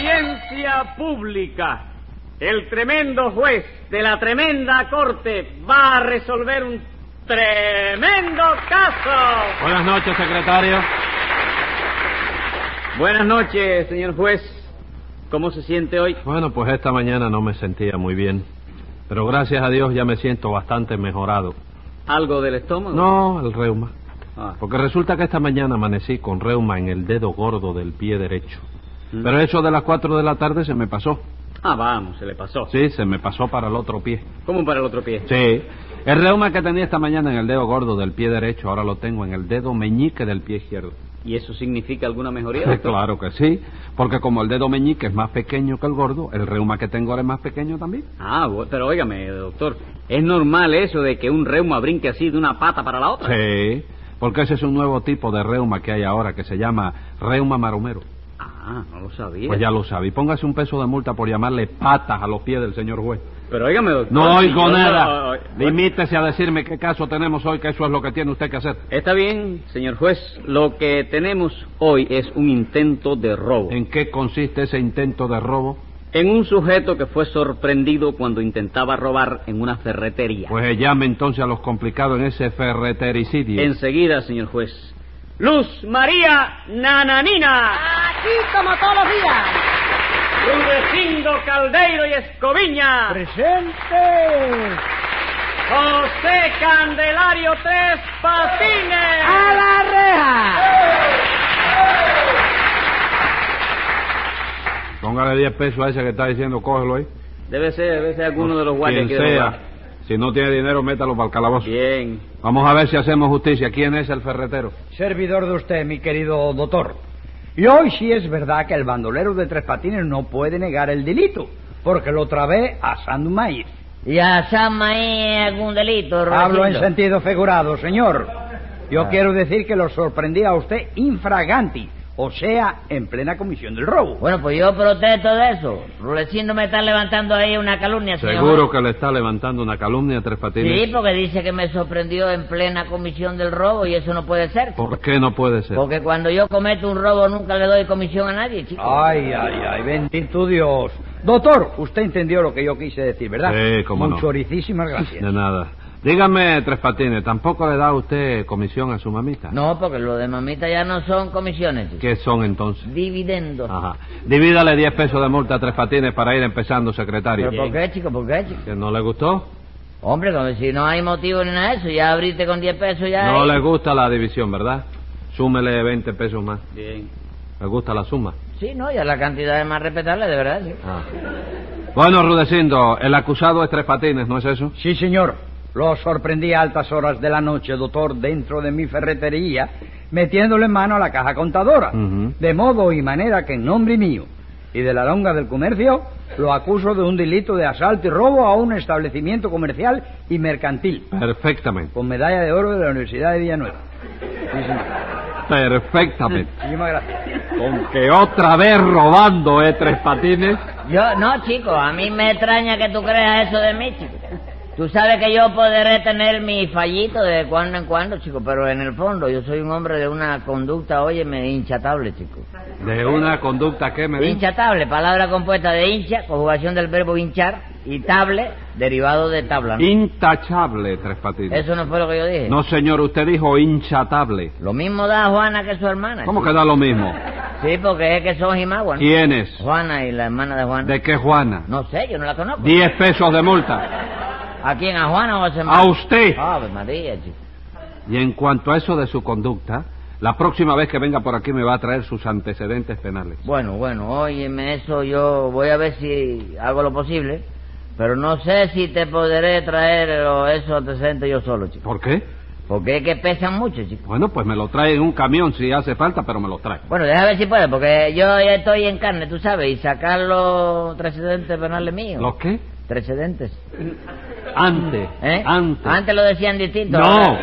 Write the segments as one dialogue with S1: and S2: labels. S1: audiencia pública. El tremendo juez de la tremenda corte va a resolver un tremendo caso.
S2: Buenas noches, secretario.
S1: Buenas noches, señor juez. ¿Cómo se siente hoy?
S2: Bueno, pues esta mañana no me sentía muy bien, pero gracias a Dios ya me siento bastante mejorado.
S1: ¿Algo del estómago?
S2: No, el reuma.
S1: Ah,
S2: Porque resulta que esta mañana amanecí con reuma en el dedo gordo del pie derecho.
S1: Mm.
S2: Pero eso de las 4 de la tarde se me pasó.
S1: Ah, vamos, se le pasó.
S2: Sí, se me pasó para el otro pie.
S1: ¿Cómo para el otro pie?
S2: Sí. El reuma que tenía esta mañana en el dedo gordo del pie derecho, ahora lo tengo en el dedo meñique del pie izquierdo.
S1: ¿Y eso significa alguna mejoría?
S2: Eh,
S1: doctor?
S2: claro que sí, porque como el dedo meñique es más pequeño que el gordo, el reuma que tengo ahora es más pequeño también.
S1: Ah, bu- pero óigame, doctor, ¿es normal eso de que un reuma brinque así de una pata para la otra?
S2: Sí, porque ese es un nuevo tipo de reuma que hay ahora que se llama reuma maromero.
S1: Ah, no lo sabía.
S2: Pues ya lo sabe. Y póngase un peso de multa por llamarle patas a los pies del señor juez.
S1: Pero óigame, doctor.
S2: No
S1: si
S2: oigo
S1: yo-
S2: nada.
S1: Bueno,
S2: Limítese a decirme qué caso tenemos hoy, que eso es lo que tiene usted que hacer.
S1: Está bien, señor juez. Lo que tenemos hoy es un intento de robo.
S2: ¿En qué consiste ese intento de robo?
S1: En un sujeto que fue sorprendido cuando intentaba robar en una ferretería.
S2: Pues eh, llame entonces a los complicados en ese ferretericidio.
S1: Enseguida, señor juez. Luz María Nananina,
S3: Aquí como todos los días.
S1: Rudecindo Caldeiro y Escoviña,
S3: Presente.
S1: José Candelario Tres Patines.
S3: A la reja.
S2: Póngale 10 pesos a ese que está diciendo, cógelo ahí.
S1: Debe ser, debe ser alguno de los guardias
S2: Quien
S1: que de
S2: sea.
S1: robar.
S2: Si no tiene dinero, métalo para el calabozo.
S1: Bien.
S2: Vamos a ver si hacemos justicia. ¿Quién es el ferretero?
S4: Servidor de usted, mi querido doctor. Y hoy sí es verdad que el bandolero de Tres Patines no puede negar el delito, porque lo trabé asando un maíz.
S3: Y a Sam ahí algún delito,
S4: Hablo en
S3: Rudecindo.
S4: sentido figurado, señor. Yo
S2: Ah.
S4: quiero decir que lo sorprendí a usted infraganti, o sea, en plena comisión del robo.
S3: Bueno, pues yo protesto de eso. Rudecindo me está levantando ahí una calumnia, señor.
S2: Seguro que le está levantando una calumnia a Tres Patines.
S3: Sí, porque dice que me sorprendió en plena comisión del robo y eso no puede ser.
S2: ¿Por qué no puede ser?
S3: Porque cuando yo cometo un robo nunca le doy comisión a nadie, chico.
S2: Ah.
S4: Ay, ay, ay, bendito Dios. Doctor, usted entendió lo que yo quise decir, ¿verdad?
S2: Sí, cómo no.
S4: Muchoricísimas gracias.
S2: De nada. Dígame, Tres Patines, ¿tampoco le da usted comisión a su mamita?
S3: No, porque lo de mamita ya no son comisiones, chico.
S2: ¿Qué Ah, son entonces?
S3: Dividendos.
S2: Ajá. Divídale 10 pesos de multa a Tres Patines para ir empezando, secretario.
S3: ¿Pero por qué, chico? ¿Por qué, chico?
S2: ¿Que ¿No le gustó?
S3: Hombre, como si no hay motivo ni nada de eso, ya abriste con 10 pesos ya.
S2: No
S3: ahí.
S2: le gusta la división, ¿verdad? Súmele 20 pesos más.
S1: Bien.
S2: ¿Le gusta la suma?
S3: Sí, no, ya la cantidad es más respetable, de verdad, sí.
S2: Ah. Bueno, Rudecindo, el acusado es Tres Patines, ¿no es eso?
S4: Sí, señor. Lo sorprendí a altas horas de la noche, doctor, dentro de mi ferretería, metiéndole mano a la caja contadora.
S2: Ujú.
S4: De modo y manera que en nombre mío y de la longa del comercio, lo acuso de un delito de asalto y robo a un establecimiento comercial y mercantil,
S2: Perfectamente.
S4: con medalla de oro de la Universidad de Villanueva. Sí, señor.
S2: Perfectamente.
S4: Muchísimas gracias.
S2: Con que otra vez robando, ¿eh, Tres Patines?
S3: Yo, no, chico, a mí me extraña que tú creas eso de mí, chico. Tú sabes que yo podré tener mi fallito de cuando en cuando, chico, pero en el fondo yo soy un hombre de una conducta, óyeme, hinchatable, chico.
S2: De una conducta que me... dice?
S3: Hinchatable, palabra compuesta de hincha, conjugación del verbo hinchar, y table, derivado de tabla. ¿no?
S2: Intachable, Tres Patines.
S3: Eso no fue lo que yo dije.
S2: No, señor, usted dijo inchatable.
S3: Lo mismo da Juana que su hermana.
S2: ¿Cómo
S3: chico.
S2: que da lo mismo?
S3: Sí, porque es que son jimaguas, ¿no?
S2: ¿Quién es?
S3: Juana y la hermana de Juana.
S2: ¿De qué Juana?
S3: No sé, yo no la conozco.
S2: Diez pesos de multa.
S3: ¿A quién? ¿A Juana o a su hermana?
S2: A usted.
S3: Ave María, chico.
S2: Y en cuanto a eso de su conducta, la próxima vez que venga por aquí me va a traer sus antecedentes penales.
S3: Bueno, bueno, óyeme, eso yo voy a ver si hago lo posible, pero no sé si te podré traer eh, esos antecedentes yo solo, chico.
S2: ¿Por qué?
S3: Porque es que pesan mucho, chico.
S2: Bueno, pues me lo trae en un camión si hace falta, pero me lo trae.
S3: Bueno, déjame ver si puedes, porque yo ya estoy en carne, tú sabes, y sacar los precedentes penales míos.
S2: ¿Los qué?
S3: Precedentes.
S2: Antes.
S3: ¿Eh?
S2: Antes.
S3: lo decían distinto.
S2: No.
S3: ahora-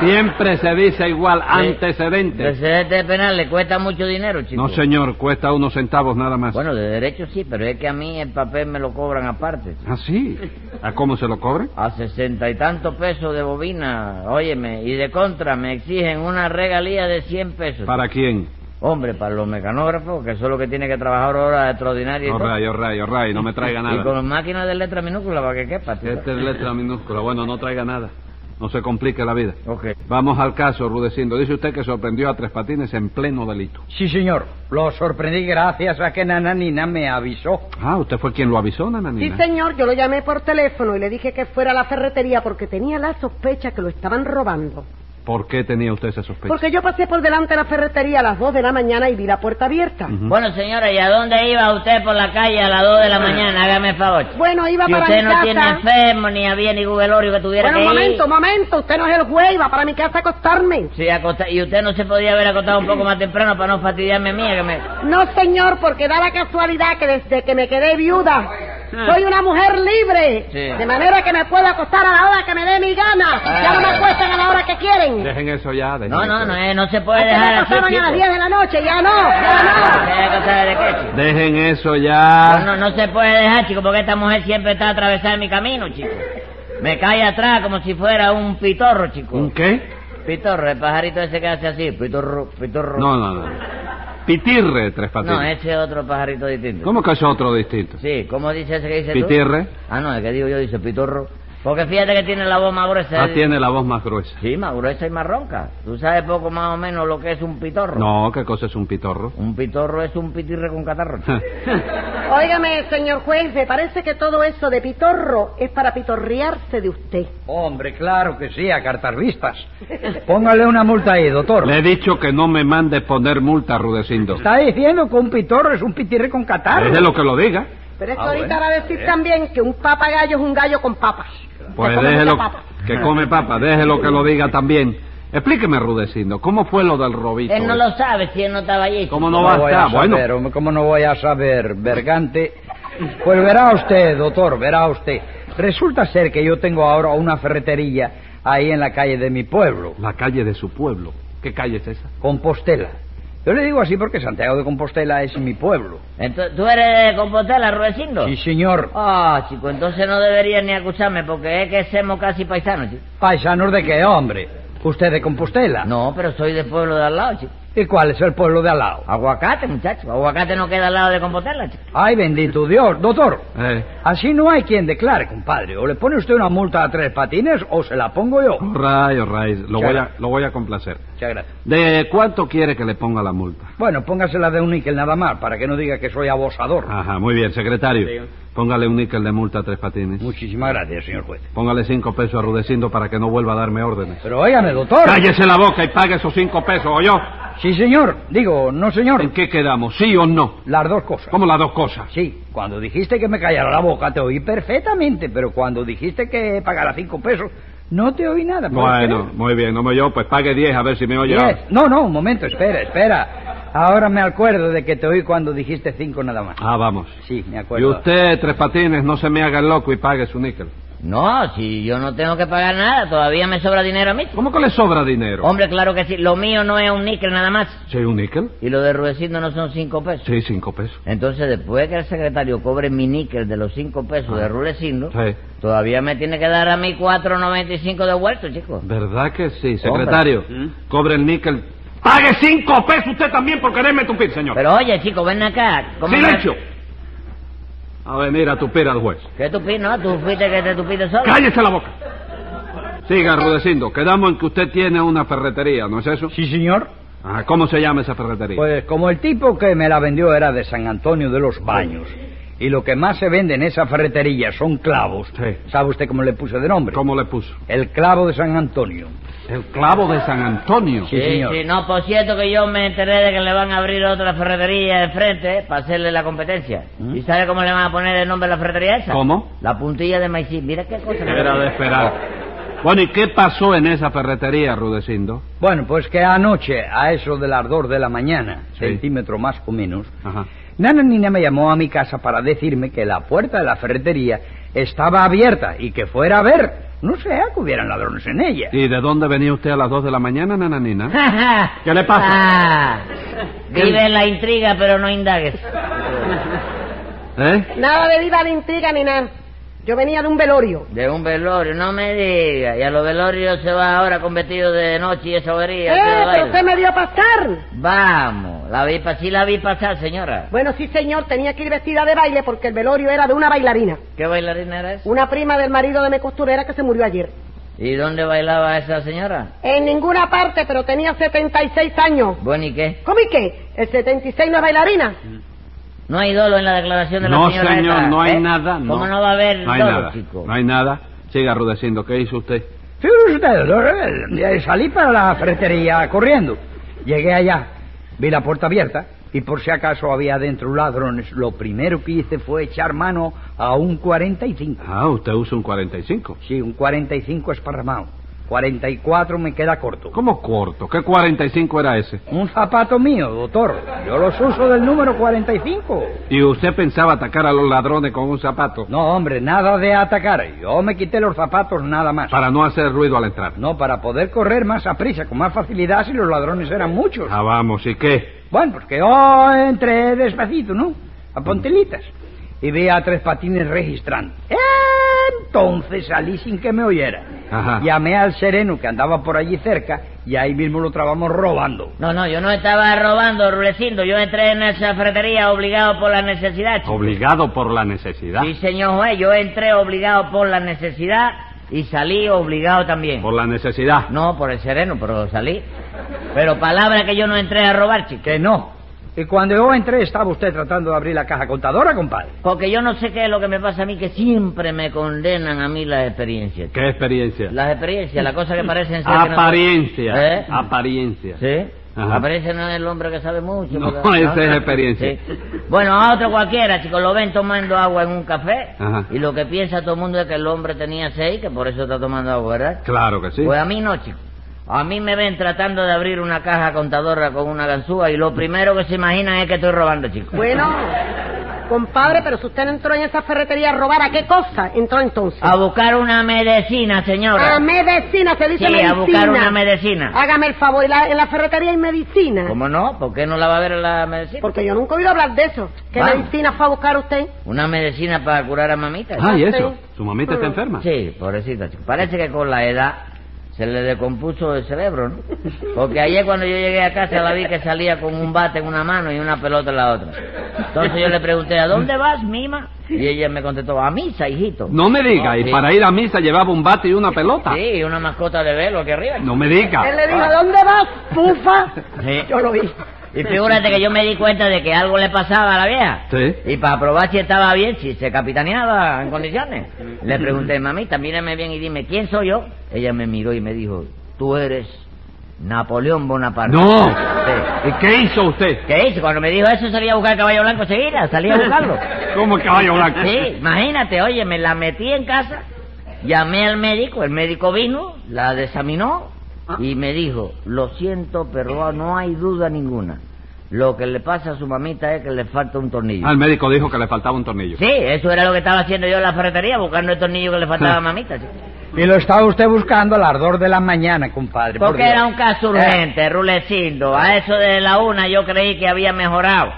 S2: Siempre se dice igual, antecedentes.
S3: Precedentes penales cuesta mucho dinero, chico.
S2: No, señor, cuesta unos centavos nada más.
S3: Bueno, de derecho sí, pero es que a mí el papel me lo cobran aparte. chico.
S2: ¿Ah, sí? ¿A cómo se lo cobre?
S3: A sesenta y tantos pesos de bobina, óyeme, y de contra me exigen una regalía de cien pesos.
S2: ¿Para quién?
S3: Hombre, para los mecanógrafos, que son los que tienen que trabajar horas extraordinarias. y
S2: Oh,
S3: todo.
S2: ray, oh, ray, oh, ray, no me traiga
S3: Y con
S2: nada. Este-
S3: máquinas de letra minúscula para que quepa. tú
S2: Esta es
S3: sabes.
S2: letra minúscula. Bueno, no traiga nada. No se complique la vida.
S3: Ok.
S2: Vamos al caso, Rudecindo. Dice usted que sorprendió a Tres Patines en pleno delito.
S4: Sí, señor. Lo sorprendí gracias a que Nananina me avisó.
S2: Ah, usted fue quien lo avisó,
S5: Sí,
S2: Nananina.
S5: señor, yo lo llamé por teléfono y le dije que fuera a la ferretería porque tenía la sospecha que lo estaban robando.
S2: ¿Por qué tenía usted esa sospecha?
S5: Porque yo pasé por delante de la ferretería a las dos de la mañana y vi la puerta abierta.
S2: Ujú.
S3: Bueno, señora, ¿y a dónde iba usted por la calle a las 2 de la mañana? Hágame el favor.
S5: Bueno, iba
S3: si
S5: para
S3: usted
S5: mi
S3: no
S5: casa.
S3: tiene enfermo, ni había ningún velorio que tuviera
S5: bueno, un
S3: que ir.
S5: momento, un momento, usted no es el juez, iba para mi casa a acostarme.
S3: Sí, acosta- Y usted no se podía haber acostado un poco más temprano para no fastidiarme a mí. que me-
S5: No, señor, porque da la casualidad que desde que me quedé viuda, soy una mujer libre.
S3: Ah. Sí.
S5: De manera que me puedo acostar a la hora que me dé mi gana. Ya
S3: Ah.
S5: no me acuestan a la hora que quieren.
S2: Dejen eso ya. dejen
S3: No,
S2: eso
S3: no, no,
S2: ya.
S3: eh, no se puede
S5: Antes
S3: dejar
S5: me
S3: así,
S5: acostaban a las
S3: chico.
S5: 10 de la noche, ya no, ya no.
S3: Deja que se deje, chico.
S2: Dejen eso
S3: No,
S2: ya.
S3: Ah. no, no se puede dejar, chico, porque esta mujer siempre está atravesada en mi camino, chico. Me cae atrás como si fuera un pitorro, chico.
S2: ¿Un qué?
S3: Pitorro, el pajarito ese que hace así, pitorro, pitorro.
S2: No, no, no. Pitirre, Tres Patines.
S3: No, ese es otro pajarito distinto.
S2: ¿Cómo que es otro distinto?
S3: Sí, ¿cómo dice ese que dice tú?
S2: Pitirre.
S3: Ah, no, el que digo yo dice pitorro. Porque fíjate que tiene la voz más gruesa.
S2: Ah, tiene la voz más gruesa.
S3: Sí, más gruesa y más ronca. Tú sabes poco más o menos lo que es un pitorro.
S2: No, ¿qué cosa es un pitorro?
S3: Un pitorro es un pitirre con catarro. chico.
S5: Óigame, señor juez, me parece que todo eso de pitorro es para pitorrearse de usted.
S4: Hombre, claro que sí, a cartas vistas. Póngale una multa ahí, doctor.
S2: Le he dicho que no me mande poner multa, Rudecindo.
S4: Está diciendo que un pitorro es un pitirre con catarro.
S2: Es de lo que lo diga.
S5: Pero eso
S4: Ah,
S5: ahorita
S4: bueno.
S5: va a decir también que un papagayo es un gallo con papas. que
S2: Pues
S5: come
S2: déjelo
S5: mucha papa.
S2: que come papa, déjelo que lo diga también. Explíqueme, Rudecindo, ¿cómo fue lo del robito? este?
S3: él no lo sabe si él no estaba allí. chico.
S2: ¿Cómo no va a
S4: voy
S2: estar?
S4: saber,
S2: Bueno,
S4: hombre, ¿Cómo no voy a saber, Bergante? Pues verá usted, doctor, verá usted. Resulta ser que yo tengo ahora una ferretería ahí en la calle de mi pueblo,
S2: la calle de su pueblo. ¿Qué calle es esa?
S4: Compostela. Yo le digo así porque Santiago de Compostela es mi pueblo.
S3: Entonces, ¿Tú eres de Compostela, Rudecindo?
S4: Sí, señor.
S3: Ah, chico, entonces no deberías ni acusarme porque es que somos casi paisanos, chico.
S4: ¿Paisanos de qué, hombre? ¿Usted de Compostela?
S3: No, pero soy del pueblo de al lado, chico.
S4: ¿Y cuál es el pueblo de al lado?
S2: Ah.
S3: Aguacate, muchacho. Aguacate no queda al lado de Compostela, chico.
S4: Ay, bendito Dios, doctor.
S2: Eh,
S4: Así no hay quien declare, compadre. O le pone usted una multa a tres patines o se la pongo yo.
S2: oh, ray, oh, ray, lo voy a, lo voy a complacer.
S4: Muchas gracias.
S2: ¿De cuánto quiere que le ponga la multa?
S4: Bueno, póngasela de un níquel nada más, para que no diga que soy abosador.
S2: Ajá, muy bien, secretario.
S1: Sí.
S2: Póngale un níquel de multa a tres patines.
S4: Muchísimas gracias, señor juez.
S2: Póngale cinco pesos a Rudecindo para que no vuelva a darme órdenes.
S4: Pero óigame, doctor.
S2: Cállese la boca y pague esos cinco pesos, o yo.
S4: Sí, señor. Digo, no, señor.
S2: ¿En qué quedamos? ¿Sí o no?
S4: Las dos cosas.
S2: ¿Cómo las dos cosas?
S4: Sí, cuando dijiste que me callara la boca te oí perfectamente, pero cuando dijiste que pagara cinco pesos, no te oí nada. ¿puedes
S2: Bueno,
S4: creer?
S2: muy bien, no me yo, pues pague 10 a ver si me oye. ahora.
S4: Diez. No, no, un momento, espera, espera. Ahora me acuerdo de que te oí cuando dijiste cinco nada más.
S2: Ah, vamos.
S4: Sí, me
S2: Y
S4: acuerdo.
S2: usted, Tres Patines, no se me haga el loco y pague su níquel.
S3: No, si yo no tengo que pagar nada, todavía me sobra dinero a mí. chico.
S2: ¿Cómo que le sobra dinero?
S3: Hombre, claro que sí. Lo mío no es un níquel nada más.
S2: ¿Sí, un níquel?
S3: Y lo de Rudecindo no son cinco pesos.
S2: Sí, cinco pesos.
S3: Entonces, después que el secretario cobre mi níquel de los cinco pesos de Rudecindo,
S2: Sí.
S3: todavía me tiene que dar a mí 4.95 de vuelto, chico.
S2: ¿Verdad que sí, secretario?
S1: Hombre.
S2: Cobre el níquel. ¡Pague cinco pesos usted también por quererme tupir, señor!
S3: Pero oye, chico, ven acá. ¿Cómo me-
S2: ¡Silencio! A venir a tupir al juez.
S3: ¿Qué tupí? No, tú fuiste que te tupiste solo.
S2: ¡Cállese la boca! Siga, Rudecindo. Quedamos en que usted tiene una ferretería, ¿no es eso?
S4: Sí, señor.
S2: Ajá, ¿Cómo se llama esa ferretería?
S4: Pues como el tipo que me la vendió era de San Antonio de los Baños, y lo que más se vende en esa ferretería son clavos,
S2: Sí.
S4: ¿sabe usted cómo le puse de nombre?
S2: ¿Cómo le puso?
S4: El clavo de San Antonio.
S2: El clavo de San Antonio.
S4: Sí, señor.
S3: sí, no, por cierto que yo me enteré de que le van a abrir otra ferretería de frente eh, para hacerle la competencia.
S4: ¿Mm?
S3: ¿Y sabe cómo le van a poner el nombre a la ferretería esa?
S2: ¿Cómo?
S3: La puntilla de maíz. Mira qué cosa.
S2: Era de esperar. Bueno, ¿y qué pasó en esa ferretería, Rudecindo?
S4: Bueno, pues que anoche, a eso del ardor de la mañana,
S2: Sí.
S4: centímetro más o menos,
S2: Ajá.
S4: Nana Nina me llamó a mi casa para decirme que la puerta de la ferretería estaba abierta y que fuera a ver. No sea que hubieran ladrones en ella.
S2: ¿Y de dónde venía usted a las dos de la mañana, nananina?
S3: ¿Qué
S2: ¿Qué le pasa?
S3: Ah, vive la intriga, pero no indagues.
S2: ¿Eh?
S5: Nada de viva la intriga ni nada. Yo venía de un velorio.
S3: De un velorio, no me diga. Y a los velorios se va ahora con vestido de noche y esa hoguería.
S5: ¡Eh,
S3: que
S5: pero
S3: baila.
S5: usted me dio a pasar!
S3: Vamos, La vi, pa- sí la vi pasar, señora.
S5: Bueno, sí, señor, tenía que ir vestida de baile porque el velorio era de una bailarina,
S3: ¿Qué bailarina era esa?
S5: una prima del marido de mi costurera que se murió ayer.
S3: ¿Y dónde bailaba esa señora?
S5: En ninguna parte, pero tenía 76 años.
S3: Bueno, ¿y qué?
S5: ¿Cómo y qué? ¿El 76 no es bailarina?
S3: ¿No hay dolo en la declaración de
S2: No,
S3: la señora?
S2: señor,
S3: esa?
S2: no hay
S3: ¿Eh?
S2: nada. No.
S3: ¿Cómo no va a haber
S2: No hay
S3: dolo,
S2: nada.
S3: chico?
S2: No hay nada. Siga arrudeciendo. ¿Qué hizo usted?
S4: Fíjese usted, yo, eh, eh, salí para la ferretería corriendo. Llegué allá, vi la puerta abierta y por si acaso había dentro ladrones, lo primero que hice fue echar mano a un 45.
S2: Ah, usted usa un 45.
S4: Sí, un 45 esparramado. 44 me queda corto.
S2: ¿Cómo corto? ¿Qué 45 era ese?
S4: Un zapato mío, doctor. Yo los uso del número 45.
S2: ¿Y usted pensaba atacar a los ladrones con un zapato?
S4: No, hombre, nada de atacar. Yo me quité los zapatos nada más.
S2: Para no hacer ruido al entrar.
S4: No, para poder correr más a prisa, con más facilidad si los ladrones eran muchos.
S2: Ah, vamos, ¿y qué?
S4: Bueno, pues que yo entré despacito, ¿no? A Pontelitas. Y vi a tres patines registrando. Entonces salí sin que me oyera.
S2: Ajá.
S4: Llamé al sereno que andaba por allí cerca y ahí mismo lo trabamos robando.
S3: No, no, yo no estaba robando, Rulecindo. Yo entré en esa ferretería obligado por la necesidad. chico.
S2: Obligado por la necesidad.
S3: Sí, señor juez, yo entré obligado por la necesidad y salí obligado también.
S2: Por la necesidad.
S3: No, por el sereno, pero salí. Pero palabra que yo no entré a robar, chico.
S4: Que no. Y cuando yo entré estaba usted tratando de abrir la caja contadora, compadre.
S3: Porque yo no sé qué es lo que me pasa a mí, que siempre me condenan a mí las experiencias. chico.
S2: ¿Qué experiencia?
S3: Las experiencias, las cosas que parecen ser... que no-
S2: Apariencia.
S3: ¿Eh?
S2: Apariencia.
S3: ¿Sí?
S2: Ajá.
S3: Aparece no es el hombre que sabe mucho.
S2: No,
S3: porque-
S2: esa es experiencia.
S3: Sí. Bueno, a otro cualquiera, chicos, lo ven tomando agua en un café
S2: Ajá.
S3: y lo que piensa todo el mundo es que el hombre tenía seis, que por eso está tomando agua, ¿verdad?
S2: Claro que sí.
S3: Pues a mí no, chicos. A mí me ven tratando de abrir una caja contadora con una ganzúa y lo primero que se imaginan es que estoy robando, chicos.
S5: Bueno, compadre, pero si usted no entró en esa ferretería a robar, ¿a qué cosa entró entonces?
S3: A buscar una medicina, señora.
S5: A medicina, se Ah, dice Ah.
S3: Sí,
S5: medicina.
S3: a buscar una medicina.
S5: Hágame el favor, ¿y la- en la ferretería hay medicina.
S3: ¿Cómo no? ¿Por qué no la va a ver la medicina?
S5: Porque yo nunca he oído hablar de eso. ¿Qué
S3: Vamos.
S5: medicina fue a buscar usted?
S3: Una medicina para curar a mamita.
S2: Ah, ¿y
S5: sí.
S2: eso? ¿Su mamita está
S5: Mm.
S2: enferma?
S3: Sí, pobrecita. chico. Parece que con la edad se le decompuso el cerebro, ¿no? Porque ayer cuando yo llegué a casa la vi que salía con un bate en una mano y una pelota en la otra. Entonces yo le pregunté, ¿a dónde vas, mima? Y ella me contestó, a misa, hijito.
S2: No me diga.
S3: No,
S2: ¿Y
S3: sí.
S2: para ir a misa llevaba un bate y una pelota?
S3: Sí, y una mascota de velo aquí arriba.
S2: No me diga.
S3: Ah,
S5: Él le dijo, ¿a dónde vas, pufa?
S3: Sí.
S5: Yo lo vi.
S3: Y figúrate que yo me di cuenta de que algo le pasaba a la vieja.
S2: Sí.
S3: Y para probar si estaba bien, si se capitaneaba en condiciones. Le pregunté, mamita, mírame bien y dime, ¿quién soy yo? Ella me miró y me dijo, tú eres Napoleón Bonaparte.
S2: No.
S3: Sí.
S2: ¿Y qué hizo usted?
S3: ¿Qué hice? Cuando me dijo eso salí a buscar el caballo blanco seguida, salí a buscarlo.
S2: ¿Cómo el caballo blanco?
S3: Sí, imagínate, oye, me la metí en casa, llamé al médico, el médico vino, la examinó y me dijo, lo siento, pero no hay duda ninguna. Lo que le pasa a su mamita es que le falta un tornillo.
S2: Al Ah, médico dijo que le faltaba un tornillo.
S3: Sí, eso era lo que estaba haciendo yo en la ferretería, buscando el tornillo que le faltaba a mamita. sí.
S4: Y lo estaba usted buscando al ardor de la mañana, compadre. por
S3: Porque
S4: Dios.
S3: era un caso urgente, Rulecindo. A eso de la una yo creí que había mejorado.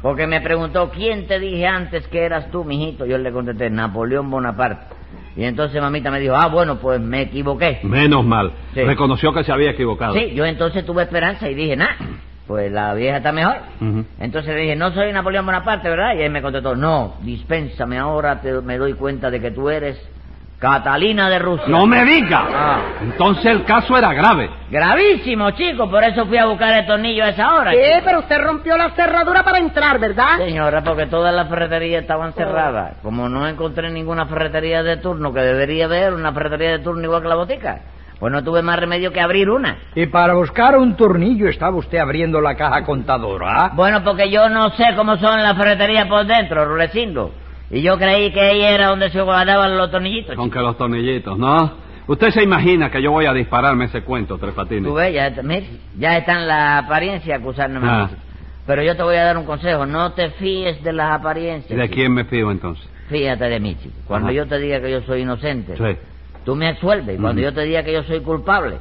S3: Porque me preguntó, ¿quién te dije antes que eras tú, mijito? Yo le contesté, Napoleón Bonaparte. Y entonces mamita me dijo, ah, bueno, pues me equivoqué.
S2: Menos mal.
S3: Sí.
S2: Reconoció que se había equivocado.
S3: Sí, yo entonces tuve esperanza y dije, nah, pues la vieja está mejor.
S2: Ujú.
S3: Entonces le dije, no soy Napoleón Bonaparte, ¿verdad? Y él me contestó, no, dispénsame ahora, te- me doy cuenta de que tú eres Catalina de Rusia.
S2: No me diga.
S3: Ah.
S2: Entonces el caso era grave.
S3: Gravísimo, chico, por eso fui a buscar el tornillo a esa hora.
S5: Sí, pero usted rompió la cerradura para entrar, ¿verdad?
S3: Señora, porque todas las ferreterías estaban cerradas. Como no encontré ninguna ferretería de turno, que debería haber una ferretería de turno igual que la botica, pues no tuve más remedio que abrir una.
S4: Y para buscar un tornillo estaba usted abriendo la caja contadora. ¿ah?
S3: Bueno, porque yo no sé cómo son las ferreterías por dentro, Rulecindo. Y yo creí que ahí era donde se guardaban los tornillitos.
S2: Con que los tornillitos, ¿no? Usted se imagina que yo voy a dispararme ese cuento, Tres Patines.
S3: Tú ves, ya, mira, ya está en la apariencia acusándome.
S2: Ah.
S3: Pero yo te voy a dar un consejo, no te fíes de las apariencias.
S2: ¿Y ¿De
S3: chico.
S2: quién me fío entonces?
S3: Fíjate de mí, chico. Cuando
S2: Ajá.
S3: yo te diga que yo soy inocente,
S2: Sí.
S3: tú me absuelves. Y Cuando
S2: Ujú.
S3: yo te diga que yo soy culpable,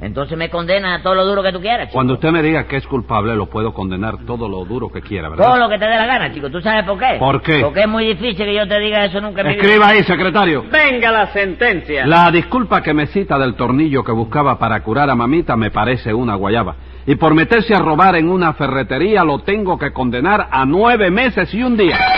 S3: entonces me condenas a todo lo duro que tú quieras. chico.
S2: Cuando usted me diga que es culpable, lo puedo condenar todo lo duro que quiera,
S3: Todo
S2: ¿verdad?
S3: lo que te dé la gana, chico. ¿Tú sabes por qué?
S2: ¿Por qué?
S3: Porque es muy difícil que yo te diga eso nunca en mi vida.
S2: Escriba ahí, secretario.
S1: Venga la sentencia.
S2: La disculpa que me cita del tornillo que buscaba para curar a mamita me parece una guayaba. y por meterse a robar en una ferretería lo tengo que condenar a nueve meses y un día.